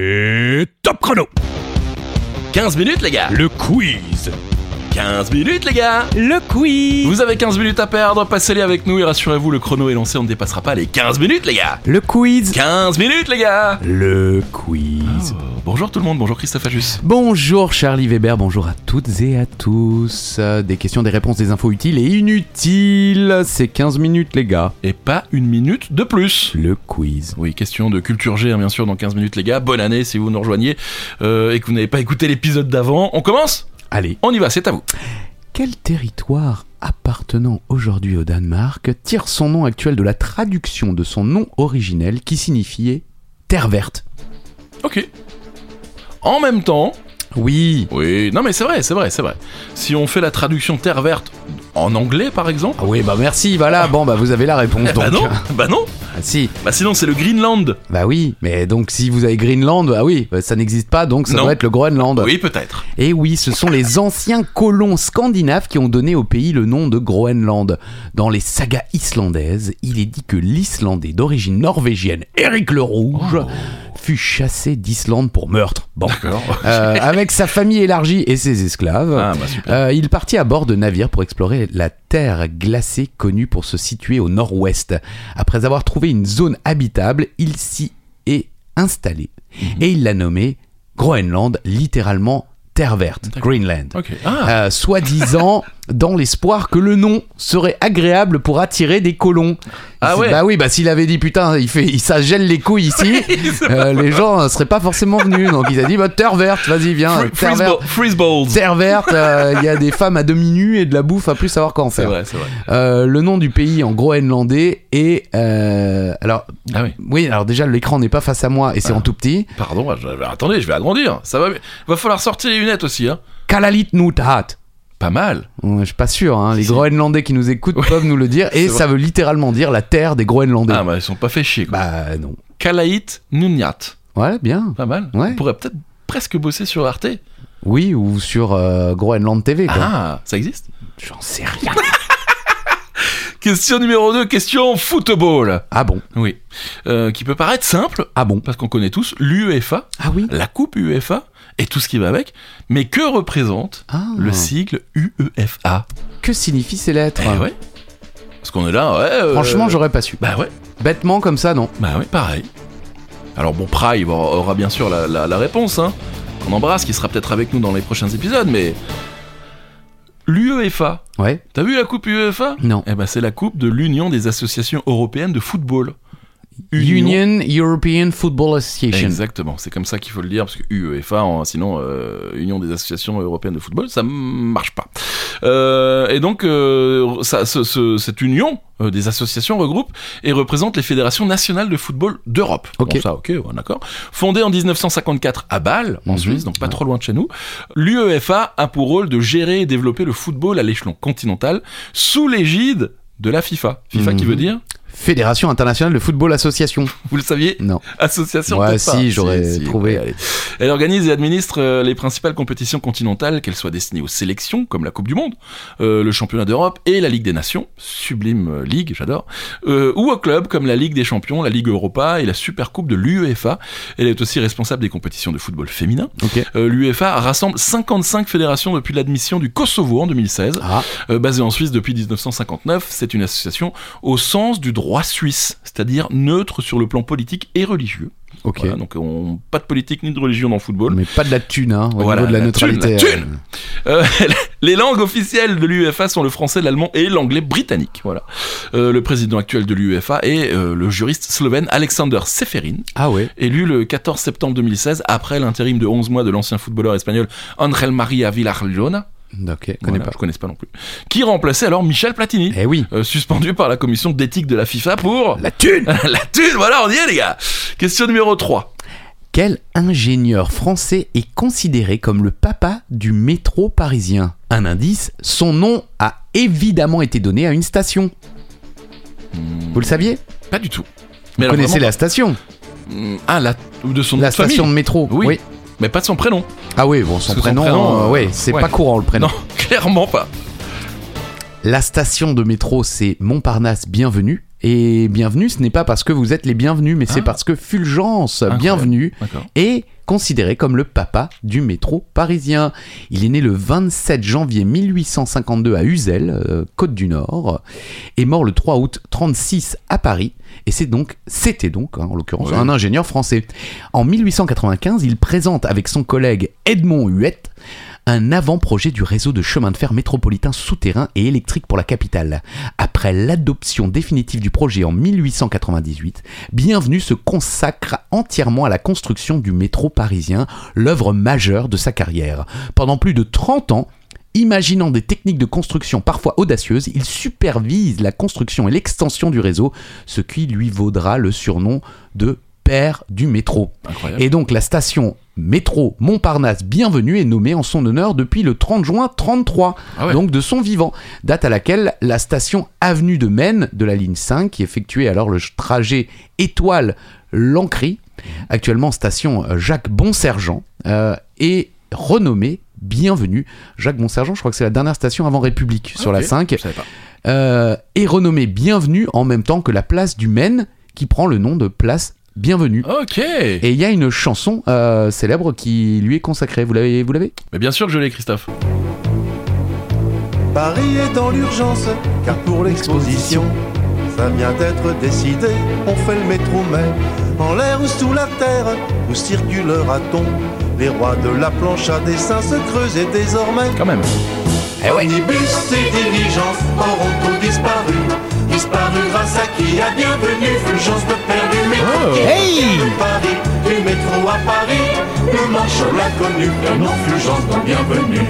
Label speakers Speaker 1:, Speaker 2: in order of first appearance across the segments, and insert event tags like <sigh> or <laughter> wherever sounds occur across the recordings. Speaker 1: Et top chrono
Speaker 2: 15 minutes, les gars
Speaker 1: Le quiz
Speaker 2: 15 minutes, les gars
Speaker 3: Le quiz
Speaker 2: Vous avez 15 minutes à perdre, passez-les avec nous et rassurez-vous, le chrono est lancé, on ne dépassera pas les 15 minutes, les gars
Speaker 3: Le quiz
Speaker 2: 15 minutes, les gars
Speaker 3: Le quiz
Speaker 2: Euh, Bonjour tout le monde, bonjour Christophe Ajus.
Speaker 3: Bonjour Charlie Weber, bonjour à toutes et à tous. Euh, Des questions, des réponses, des infos utiles et inutiles. C'est 15 minutes les gars.
Speaker 2: Et pas une minute de plus
Speaker 3: Le quiz.
Speaker 2: Oui, question de culture G, hein, bien sûr, dans 15 minutes, les gars. Bonne année si vous nous rejoignez euh, et que vous n'avez pas écouté l'épisode d'avant. On commence
Speaker 3: Allez,
Speaker 2: On y va, c'est à vous.
Speaker 3: quel territoire appartenant aujourd'hui au Danemark tire son nom actuel de la traduction de son nom originel qui signifiait Terre verte
Speaker 2: Ok. En même temps,
Speaker 3: Oui.
Speaker 2: oui, non mais c'est vrai, c'est vrai, c'est vrai. Si on fait la traduction Terre verte en anglais, par exemple.
Speaker 3: Ah oui, bah merci, voilà, bon, bah vous avez la réponse
Speaker 2: eh
Speaker 3: donc.
Speaker 2: bah non, bah non,
Speaker 3: Ah, si,
Speaker 2: bah sinon c'est le Greenland.
Speaker 3: bah oui, mais donc si vous avez Greenland, ah oui, bah, ça n'existe pas, donc ça
Speaker 2: Non.
Speaker 3: doit être le Groenland.
Speaker 2: Oui, peut-être.
Speaker 3: Et oui, ce sont les anciens colons scandinaves qui ont donné au pays le nom de Groenland. Dans les sagas islandaises, il est dit que l'Islandais d'origine norvégienne, Eric le Rouge,
Speaker 2: Oh.
Speaker 3: fut chassé d'Islande pour meurtre. Bon.
Speaker 2: D'accord.
Speaker 3: Euh, avec sa famille élargie et ses esclaves.
Speaker 2: <laughs> Ah bah super.
Speaker 3: Euh, il partit à bord de navires pour explorer la terre glacée connue pour se situer au nord-ouest. Après avoir trouvé une zone habitable, il s'y est installé
Speaker 2: Mhm.
Speaker 3: et il l'a nommée Groenland, littéralement terre verte, Greenland.
Speaker 2: Ok. Ah, <laughs>
Speaker 3: Euh, Soi-disant, dans l'espoir que le nom serait agréable pour attirer des colons.
Speaker 2: Ah
Speaker 3: C'est-
Speaker 2: ouais.
Speaker 3: Bah oui, bah s'il avait dit putain, il fait, il ça gèle les
Speaker 2: <laughs>
Speaker 3: couilles ici, euh, les gens euh, seraient pas forcément venus. Donc il a dit bah terre verte, vas-y viens,
Speaker 2: free-
Speaker 3: terre
Speaker 2: freeze,
Speaker 3: verte.
Speaker 2: ball- freeze balls.
Speaker 3: Terre verte, euh, il y a des femmes à demi nues et de la bouffe à plus savoir quoi en
Speaker 2: C'est
Speaker 3: faire.
Speaker 2: vrai, c'est vrai.
Speaker 3: Euh, le nom du pays en groenlandais est euh, alors
Speaker 2: Ah oui.
Speaker 3: oui alors déjà l'écran n'est pas face à moi et
Speaker 2: Ah.
Speaker 3: c'est en tout petit.
Speaker 2: Pardon, je- attendez, je vais agrandir. Ça va, va falloir sortir les lunettes aussi, hein.
Speaker 3: Kalalit Nuthat.
Speaker 2: Pas mal.
Speaker 3: Ouais, Je suis pas sûr, hein. les
Speaker 2: Si, si.
Speaker 3: Groenlandais qui nous écoutent peuvent nous
Speaker 2: <laughs>
Speaker 3: le dire et
Speaker 2: C'est
Speaker 3: ça veut littéralement dire la terre des Groenlandais.
Speaker 2: Ah, bah, ils sont pas fait chier, quoi.
Speaker 3: Bah non.
Speaker 2: Kalait Nunyat.
Speaker 3: Ouais, bien.
Speaker 2: Pas mal.
Speaker 3: Ouais.
Speaker 2: On pourrait peut-être presque bosser sur Arte.
Speaker 3: Oui, ou sur euh, Groenland TV. quoi.
Speaker 2: Ah, ça existe
Speaker 3: J'en sais rien.
Speaker 2: Question numéro 2, question football.
Speaker 3: Ah bon
Speaker 2: Oui. Euh, qui peut paraître simple,
Speaker 3: Ah bon
Speaker 2: parce qu'on connaît tous l'UEFA,
Speaker 3: Ah oui
Speaker 2: la coupe UEFA et tout ce qui va avec. Mais que représente
Speaker 3: Ah.
Speaker 2: le sigle E UEFA
Speaker 3: Que signifient ces lettres
Speaker 2: Eh ouais. Parce qu'on est là, ouais. euh,
Speaker 3: Franchement, j'aurais pas su.
Speaker 2: Bah ouais.
Speaker 3: Bêtement comme ça, non.
Speaker 2: Bah oui, pareil. Alors bon, Pry aura aura bien sûr la, la- la réponse, hein. Qu'on embrasse, qui sera peut-être avec nous dans les prochains épisodes, mais... L'UEFA.
Speaker 3: Ouais.
Speaker 2: T'as vu la coupe UEFA
Speaker 3: Non.
Speaker 2: Eh ben c'est la coupe de l'Union des associations européennes de football.
Speaker 3: Union European Football Association.
Speaker 2: Exactement, c'est comme ça qu'il faut le dire, parce que UEFA, en- sinon euh, Union des associations européennes de football, ça marche pas. Euh, et donc, euh, ça- ce- ce- cette union euh, des associations regroupe et représente les fédérations nationales de football d'Europe.
Speaker 3: Ok.
Speaker 2: Bon, ça, ok, ouais, d'accord. Fondée en 1954 à Bâle, en
Speaker 3: Mhm.
Speaker 2: Suisse, donc pas trop loin de chez nous, l'UEFA a pour rôle de gérer et développer le football à l'échelon continental sous l'égide de la FIFA. FIFA qui
Speaker 3: Mhm.
Speaker 2: veut dire,
Speaker 3: Fédération internationale de football association.
Speaker 2: vous le saviez
Speaker 3: Non.
Speaker 2: Association
Speaker 3: Moi,
Speaker 2: peut-être pas.
Speaker 3: si, j'aurais trouvé.
Speaker 2: allez. Elle organise et administre euh, les principales compétitions continentales, qu'elles soient destinées aux sélections, comme la Coupe du Monde, euh, le Championnat d'Europe et la Ligue des Nations, sublime euh, ligue, j'adore, euh, ou aux clubs comme la Ligue des Champions, la Ligue Europa et la Super Coupe de l'UEFA. Elle est aussi responsable des compétitions de football féminin.
Speaker 3: Ok.
Speaker 2: Euh, L'UEFA rassemble 55 fédérations depuis l'admission du Kosovo en 2016.
Speaker 3: Ah,
Speaker 2: Euh, basée en Suisse depuis 1959, c'est une association au sens du droit suisse, c'est-à-dire neutre sur le plan politique et religieux.
Speaker 3: ok.
Speaker 2: Voilà, donc on, pas de politique ni de religion dans le football.
Speaker 3: Mais pas de la thune, hein, au
Speaker 2: Voilà,
Speaker 3: niveau de la,
Speaker 2: la thune,
Speaker 3: neutralité.
Speaker 2: la thune. Euh, les langues officielles de l'UEFA sont le français, l'allemand et l'anglais britannique. Voilà. Euh, le président actuel de l'UEFA est euh, le juriste slovène Alexander Seferin,
Speaker 3: Ah ouais.
Speaker 2: élu le 14 septembre 2016 après l'intérim de 11 mois de l'ancien footballeur espagnol Angel Maria Villarliona.
Speaker 3: Ok, je connais
Speaker 2: Voilà,
Speaker 3: pas.
Speaker 2: Je connais pas non plus. Qui remplaçait alors Michel Platini.
Speaker 3: Eh oui.
Speaker 2: euh, suspendu par la commission d'éthique de la FIFA pour
Speaker 3: La thune
Speaker 2: <laughs> la thune, voilà, on y est les gars Question numéro 3.
Speaker 3: Quel ingénieur français est considéré comme le papa du métro parisien Un indice, son nom a évidemment été donné à une station. Vous le saviez
Speaker 2: Pas du tout.
Speaker 3: Vous
Speaker 2: alors,
Speaker 3: connaissez
Speaker 2: vraiment-
Speaker 3: la station
Speaker 2: Mm, Ah, la, de son nom
Speaker 3: La
Speaker 2: de famille.
Speaker 3: station de métro
Speaker 2: Oui. Mais pas de son prénom.
Speaker 3: Ah oui, bon, son
Speaker 2: Parce que son
Speaker 3: prénom,
Speaker 2: prénom,
Speaker 3: euh,
Speaker 2: euh,
Speaker 3: ouais, c'est
Speaker 2: ouais.
Speaker 3: pas courant le prénom.
Speaker 2: Non, <laughs> clairement pas.
Speaker 3: La station de métro, c'est Montparnasse Bienvenue. Et bienvenue, ce n'est pas parce que vous êtes les bienvenus, mais c'est
Speaker 2: Ah.
Speaker 3: parce que Fulgence,
Speaker 2: Incroyable.
Speaker 3: bienvenue,
Speaker 2: D'accord.
Speaker 3: est considéré comme le papa du métro parisien. Il est né le 27 janvier 1852 à Uzel, euh, Côte du Nord, et mort le 3 août 36 à Paris. Et c'est donc, c'était donc, hein, en l'occurrence,
Speaker 2: Ouais.
Speaker 3: un ingénieur français. En 1895, il présente avec son collègue Edmond Huette un avant-projet du réseau de chemin de fer métropolitain souterrain et électrique pour la capitale. Après l'adoption définitive du projet en 1898, Bienvenue se consacre entièrement à la construction du métro parisien, l'œuvre majeure de sa carrière. Pendant plus de 30 ans, imaginant des techniques de construction parfois audacieuses, il supervise la construction et l'extension du réseau, ce qui lui vaudra le surnom de père du métro.
Speaker 2: Incroyable.
Speaker 3: Et donc la station métro Montparnasse Bienvenue est nommée en son honneur depuis le 30 juin 33,
Speaker 2: Ah ouais.
Speaker 3: donc de son vivant, date à laquelle la station Avenue de Maine de la ligne 5, qui effectuait alors le trajet étoile Lancry, actuellement station euh, Jacques Bonsergent, euh, est renommée Bienvenue. Jacques Bonsergent, je crois que c'est la dernière station avant République sur
Speaker 2: Ah, ok.
Speaker 3: la 5
Speaker 2: Je savais pas.
Speaker 3: euh, est renommée Bienvenue en même temps que la place du Maine qui prend le nom de place Bienvenue.
Speaker 2: Ok.
Speaker 3: Et il y a une chanson euh, célèbre qui lui est consacrée. Vous l'avez Vous l'avez
Speaker 2: Mais bien sûr que je l'ai, Christophe.
Speaker 4: Paris est dans l'urgence, car pour l'exposition, ça vient d'être décidé, on fait le métro mais en l'air ou sous la terre, où circulera-t-on Les rois de la planche à dessin se creusent et désormais.
Speaker 2: Quand même.
Speaker 3: Eh ouais.
Speaker 4: Omnibus et diligences auront tout disparu, disparu grâce à qui a bienvenu Fulgence de père du métro.
Speaker 2: Oh.
Speaker 4: qui vient de Paris, du métro à Paris, nous marchons l'inconnu, non Fulgence, donc bienvenue.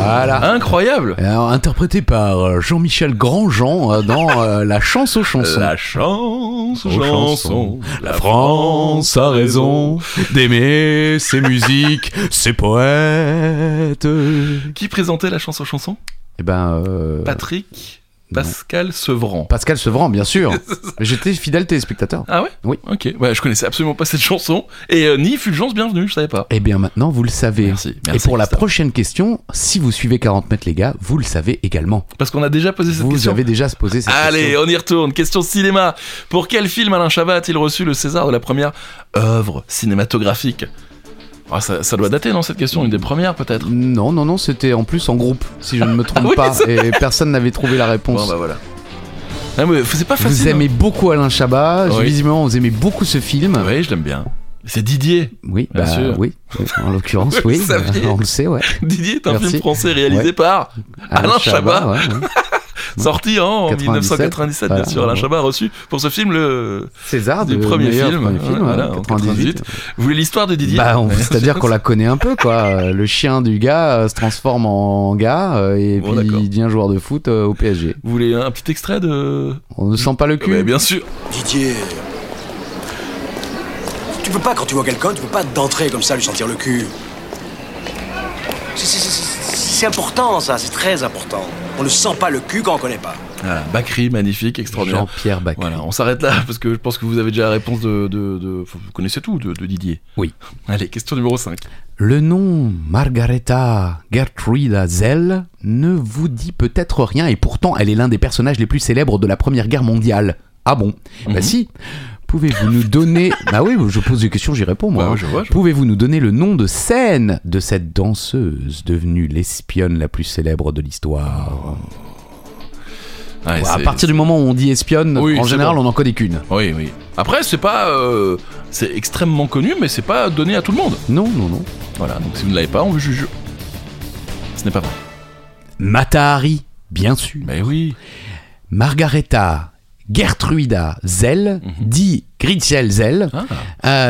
Speaker 3: Voilà.
Speaker 2: Incroyable.
Speaker 3: Alors, interprété par euh, Jean-Michel Grandjean euh, dans euh, La chance aux chansons.
Speaker 2: La chance,
Speaker 3: Aux chansons.
Speaker 2: chanson, la France a raison.
Speaker 3: d'aimer ses musiques, ses poètes. Eh
Speaker 2: Qui présentait la chance aux chansons
Speaker 3: ben, euh,
Speaker 2: Patrick
Speaker 3: non.
Speaker 2: Pascal Sevran.
Speaker 3: Pascal Sevran, bien
Speaker 2: <laughs>
Speaker 3: sûr. J'étais fidèle téléspectateur.
Speaker 2: Ah ouais
Speaker 3: Oui.
Speaker 2: Ok, ouais, je connaissais absolument pas cette chanson. Et euh, ni Fulgence, bienvenue, je savais pas.
Speaker 3: Eh bien, maintenant, vous le savez.
Speaker 2: Merci, merci.
Speaker 3: Et pour la
Speaker 2: Christophe.
Speaker 3: prochaine question, si vous suivez 40 mètres, les gars, vous le savez également.
Speaker 2: Parce qu'on a déjà posé cette
Speaker 3: Vous
Speaker 2: question.
Speaker 3: avez déjà posé cette
Speaker 2: Allez,
Speaker 3: question.
Speaker 2: on y retourne. Question cinéma. Pour quel film Alain Chabat a-t-il reçu le César de la première œuvre cinématographique Ah, ça, ça doit dater, non, cette question Une des premières, peut-être
Speaker 3: Non, non, non, c'était en plus en groupe, si je
Speaker 2: <laughs>
Speaker 3: ne me trompe
Speaker 2: Ah oui,
Speaker 3: pas.
Speaker 2: c'est
Speaker 3: Et personne n'avait trouvé la réponse.
Speaker 2: Bon, bah voilà. Ah, mais c'est pas facile.
Speaker 3: Vous aimez beaucoup Alain Chabat,
Speaker 2: Oui.
Speaker 3: visiblement vous aimez beaucoup ce film.
Speaker 2: hein. Oui, je l'aime bien. C'est Didier.
Speaker 3: Oui,
Speaker 2: Bien
Speaker 3: bah,
Speaker 2: sûr.
Speaker 3: oui, en l'occurrence,
Speaker 2: Vous
Speaker 3: oui, Euh,
Speaker 2: le saviez.
Speaker 3: on le sait, ouais.
Speaker 2: <laughs> Didier est un
Speaker 3: Merci.
Speaker 2: film français réalisé
Speaker 3: Ouais.
Speaker 2: par, Alain Chabat.
Speaker 3: ouais, ouais. Ah,
Speaker 2: sorti en
Speaker 3: 97.
Speaker 2: 1997,
Speaker 3: Voilà.
Speaker 2: bien sûr. Alain Chabat a reçu pour ce film le.
Speaker 3: César,
Speaker 2: Du
Speaker 3: de
Speaker 2: premier
Speaker 3: meilleur
Speaker 2: film,
Speaker 3: premier film,
Speaker 2: ouais, voilà,
Speaker 3: hein,
Speaker 2: en
Speaker 3: 98.
Speaker 2: Vous voulez l'histoire de Didier <laughs>
Speaker 3: Bah, on- c'est-à-dire qu'on la connaît un peu, quoi. Euh, Le chien du gars euh, se transforme en gars euh, et
Speaker 2: Bon,
Speaker 3: puis
Speaker 2: d'accord.
Speaker 3: il devient joueur de foot euh, au PSG.
Speaker 2: Vous voulez un petit extrait de.
Speaker 3: On ne sent pas le cul.
Speaker 2: Ouais, Bah, bien sûr.
Speaker 5: Didier. Tu peux pas, quand tu vois quelqu'un, tu peux pas d'entrer comme ça, lui sentir le cul. C'est- c'est- C'est c'est important, ça, c'est très important. On ne sent pas le cul quand on connaît pas.
Speaker 2: Voilà, Bacri, Ah, magnifique, extraordinaire.
Speaker 3: Jean-Pierre Bacri.
Speaker 2: Voilà, on s'arrête là parce que je pense que vous avez déjà la réponse de. de- de- enfin, vous connaissez tout de, de Didier.
Speaker 3: Oui.
Speaker 2: <laughs> Allez, question numéro 5.
Speaker 3: Le nom Margareta Gertruda Zell ne vous dit peut-être rien et pourtant elle est l'un des personnages les plus célèbres de la Première Guerre mondiale. Ah bon Bah
Speaker 2: Mhm.
Speaker 3: si Pouvez-vous
Speaker 2: <laughs>
Speaker 3: nous donner... Ah oui, je pose des questions, j'y réponds moi.
Speaker 2: Bah,
Speaker 3: hein.
Speaker 2: je vois, je
Speaker 3: Pouvez-vous nous donner le nom de scène de cette danseuse devenue l'espionne la plus célèbre de l'histoire Bah,
Speaker 2: vois. Ouais,
Speaker 3: À
Speaker 2: Eh, c'est-
Speaker 3: partir du moment où on dit espionne,
Speaker 2: Oui,
Speaker 3: en
Speaker 2: c'est
Speaker 3: général
Speaker 2: bon.
Speaker 3: on n'en connaît qu'une.
Speaker 2: Oui, oui. Après, c'est pas. euh, c'est extrêmement connu, mais c'est pas donné à tout le monde.
Speaker 3: Non, non, non.
Speaker 2: Voilà, donc si vous ne l'avez pas, on vous juge. Ce n'est pas vrai.
Speaker 3: Matahari, bien sûr.
Speaker 2: Mais oui.
Speaker 3: Margareta Gertruda Zell,
Speaker 2: Mhm.
Speaker 3: dit Gritzel Zell,
Speaker 2: Ah.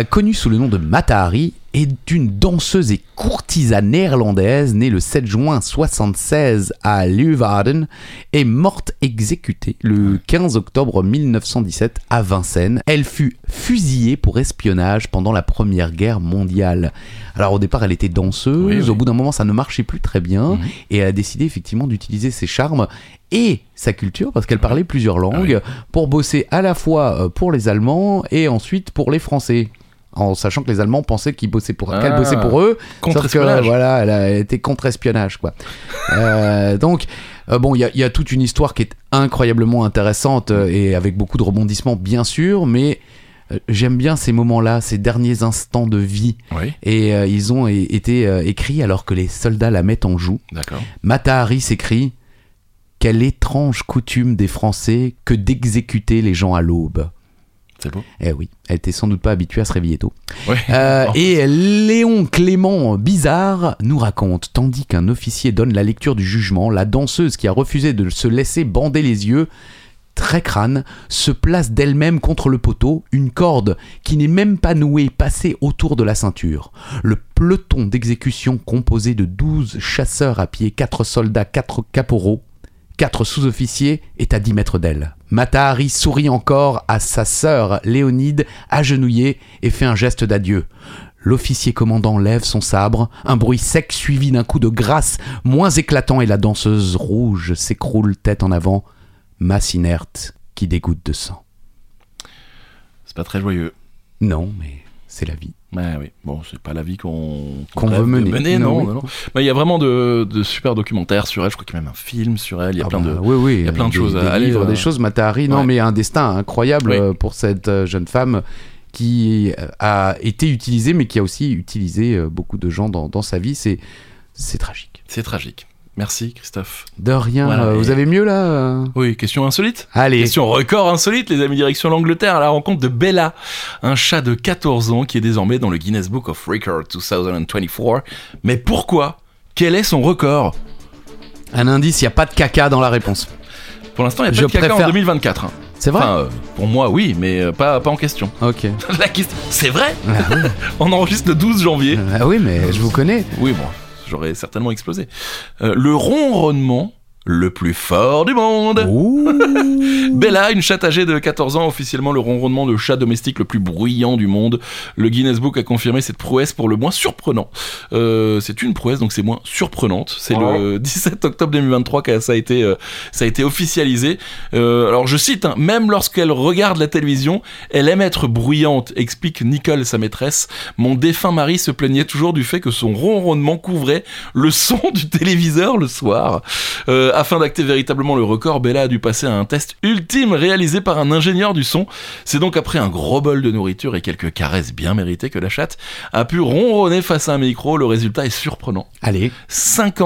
Speaker 3: euh, connue sous le nom de Matahari, est une danseuse et courtisane néerlandaise née le 7 juin 76 à Leeuwarden et morte exécutée le 15 octobre 1917 à Vincennes. Elle fut fusillée pour espionnage pendant la Première Guerre mondiale. Alors au départ, elle était danseuse,
Speaker 2: Oui, oui.
Speaker 3: au bout d'un moment, ça ne marchait plus très bien
Speaker 2: Mhm.
Speaker 3: et elle a décidé effectivement d'utiliser ses charmes et sa culture parce qu'elle parlait
Speaker 2: Ah
Speaker 3: plusieurs langues pour bosser à la fois euh, pour les Allemands et ensuite pour les Français. en sachant que les Allemands pensaient qu'ils bossaient pour,
Speaker 2: Ah.
Speaker 3: qu'elle bossait pour eux. Sauf que
Speaker 2: Contre-espionnage.
Speaker 3: voilà, elle a été contre-espionnage
Speaker 2: <laughs>
Speaker 3: quoi. Euh, donc euh, bon, il y, a- il y a toute une histoire qui est incroyablement intéressante euh, et avec beaucoup de rebondissements bien sûr, mais euh, j'aime bien ces moments-là, ces derniers instants de vie
Speaker 2: Oui,
Speaker 3: et euh, ils ont é- été euh, écrits alors que les soldats la mettent en joue.
Speaker 2: d'accord.
Speaker 3: Mata Harris écrit Quelle étrange coutume des Français que d'exécuter les gens à l'aube.
Speaker 2: C'est beau.
Speaker 3: Eh oui, elle était sans doute pas habituée à se réveiller tôt.
Speaker 2: Ouais.
Speaker 3: Euh,
Speaker 2: Oh.
Speaker 3: Et Léon Clément Bizarre nous raconte, tandis qu'un officier donne la lecture du jugement, la danseuse qui a refusé de se laisser bander les yeux, très crâne, se place d'elle-même contre le poteau, une corde qui n'est même pas nouée passée autour de la ceinture. Le peloton d'exécution composé de 12 chasseurs à pied, 4 soldats, 4 caporaux, 4 sous-officiers est à 10 mètres d'elle. Mata Hari sourit encore à sa sœur Léonide, agenouillée, et fait un geste d'adieu. L'officier commandant lève son sabre, un bruit sec suivi d'un coup de grâce moins éclatant et la danseuse rouge s'écroule tête en avant, masse inerte qui dégoutte de sang.
Speaker 2: C'est pas très joyeux.
Speaker 3: Non, mais c'est la vie.
Speaker 2: Ouais, oui. Bon, c'est pas la vie qu'on
Speaker 3: Qu'on
Speaker 2: rêve
Speaker 3: veut
Speaker 2: de
Speaker 3: mener. Non,
Speaker 2: non,
Speaker 3: oui.
Speaker 2: non, non. Bah, il y a vraiment de, de super documentaires sur elle. Je crois qu'il y a même un film sur elle. Il y a
Speaker 3: Ah
Speaker 2: plein
Speaker 3: bah,
Speaker 2: de.
Speaker 3: oui, oui,
Speaker 2: y a plein de
Speaker 3: des-
Speaker 2: choses à
Speaker 3: des
Speaker 2: aller,
Speaker 3: livres,
Speaker 2: euh,
Speaker 3: des choses. Mata Hari, non,
Speaker 2: ouais.
Speaker 3: mais un destin incroyable
Speaker 2: Oui.
Speaker 3: euh, pour cette euh, jeune femme qui euh, a été utilisée, mais qui a aussi utilisé euh, beaucoup de gens dans, dans sa vie. C'est c'est tragique.
Speaker 2: C'est tragique. Merci, Christophe.
Speaker 3: De rien.
Speaker 2: Voilà,
Speaker 3: euh,
Speaker 2: et-
Speaker 3: Vous avez mieux là euh
Speaker 2: Oui, question insolite.
Speaker 3: Allez.
Speaker 2: Question record insolite, les amis, direction l'Angleterre à la rencontre de Bella, un chat de 14 ans qui est désormais dans le Guinness Book of Records 2024. Mais pourquoi Quel est son record
Speaker 3: Un indice, il n'y a pas de caca dans la réponse.
Speaker 2: Pour l'instant, il n'y a pas
Speaker 3: Je
Speaker 2: de caca
Speaker 3: préfère-
Speaker 2: en 2024. hein.
Speaker 3: C'est vrai
Speaker 2: Enfin, euh, pour moi, oui, mais euh, pas, pas en question. <laughs>
Speaker 3: Ok.
Speaker 2: La question, c'est vrai
Speaker 3: Ah oui.
Speaker 2: On enregistre le 12 janvier.
Speaker 3: Ah oui, mais je vous connais.
Speaker 2: Oui, bon, j'aurais certainement explosé. Euh, le ronronnement le plus fort du monde.
Speaker 3: Ouh.
Speaker 2: <laughs> Bella, une chatte âgée de 14 ans, officiellement le ronronnement de chat domestique le plus bruyant du monde. Le Guinness Book a confirmé cette prouesse pour le moins surprenant. Euh, c'est une prouesse, donc c'est moins surprenante. C'est le 17 octobre 2023 que ça a été, euh, ça a été officialisé. Euh, alors je cite, hein, même lorsqu'elle regarde la télévision, elle aime être bruyante, explique Nicole, sa maîtresse. Mon défunt mari se plaignait toujours du fait que son ronronnement couvrait le son du téléviseur le soir. Euh, afin d'acter véritablement le record, Bella a dû passer à un test ultime réalisé par un ingénieur du son. C'est donc après un gros bol de nourriture et quelques caresses bien méritées que la chatte a pu ronronner face à un micro. Le résultat est surprenant.
Speaker 3: Allez.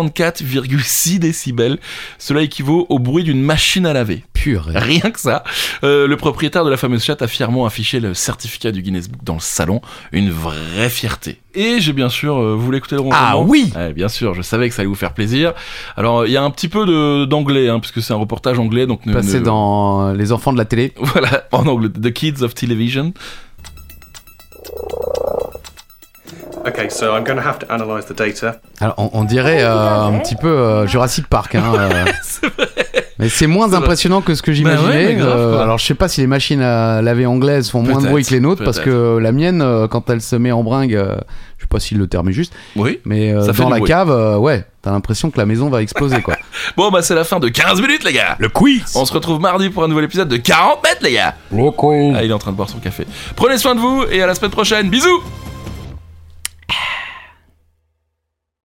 Speaker 2: 54,6 décibels. Cela équivaut au bruit d'une machine à laver.
Speaker 3: Pur.
Speaker 2: Rien que ça. Euh, le propriétaire de la fameuse chatte a fièrement affiché le certificat du Guinness Book dans le salon. Une vraie fierté. Et j'ai bien sûr, euh, vous voulez écouter le ronronnement
Speaker 3: Ah oui
Speaker 2: Ouais, Eh, bien sûr, je savais que ça allait vous faire plaisir. Alors, il y a un petit peu de- d'anglais, hein, puisque c'est un reportage anglais, donc ne-
Speaker 3: Passer
Speaker 2: ne-
Speaker 3: dans Les enfants de la télé.
Speaker 2: <laughs> Voilà, en anglais, The Kids of Television.
Speaker 6: Okay, so I'm going to have to analyse the data.
Speaker 3: Alors, on, on
Speaker 2: Ah,
Speaker 3: dirait euh, un petit peu euh, Jurassic
Speaker 2: <laughs>
Speaker 3: Park. Hein, euh. Mais c'est moins
Speaker 2: C'est vrai.
Speaker 3: impressionnant que ce que
Speaker 2: Bah ouais,
Speaker 3: j'imaginais.
Speaker 2: mais grave,
Speaker 3: euh,
Speaker 2: quoi.
Speaker 3: alors, je sais pas si les machines à laver anglaises font moins de
Speaker 2: Peut-être,
Speaker 3: bruit que les nôtres, parce que la mienne, euh, quand elle se met en bringue, euh, je sais pas si le terme est juste,
Speaker 2: Oui.
Speaker 3: mais euh,
Speaker 2: Ça fait
Speaker 3: dans
Speaker 2: du
Speaker 3: la
Speaker 2: bruit.
Speaker 3: cave, euh, ouais, t'as l'impression que la maison va exploser, quoi.
Speaker 2: Bon, bah, c'est la fin de 15 minutes, les gars.
Speaker 1: <laughs> Le quiz
Speaker 2: On se retrouve mardi pour un nouvel épisode de 40 mètres, les gars. Ah, il est en train de boire son café. Prenez soin de vous et à la semaine prochaine. Bisous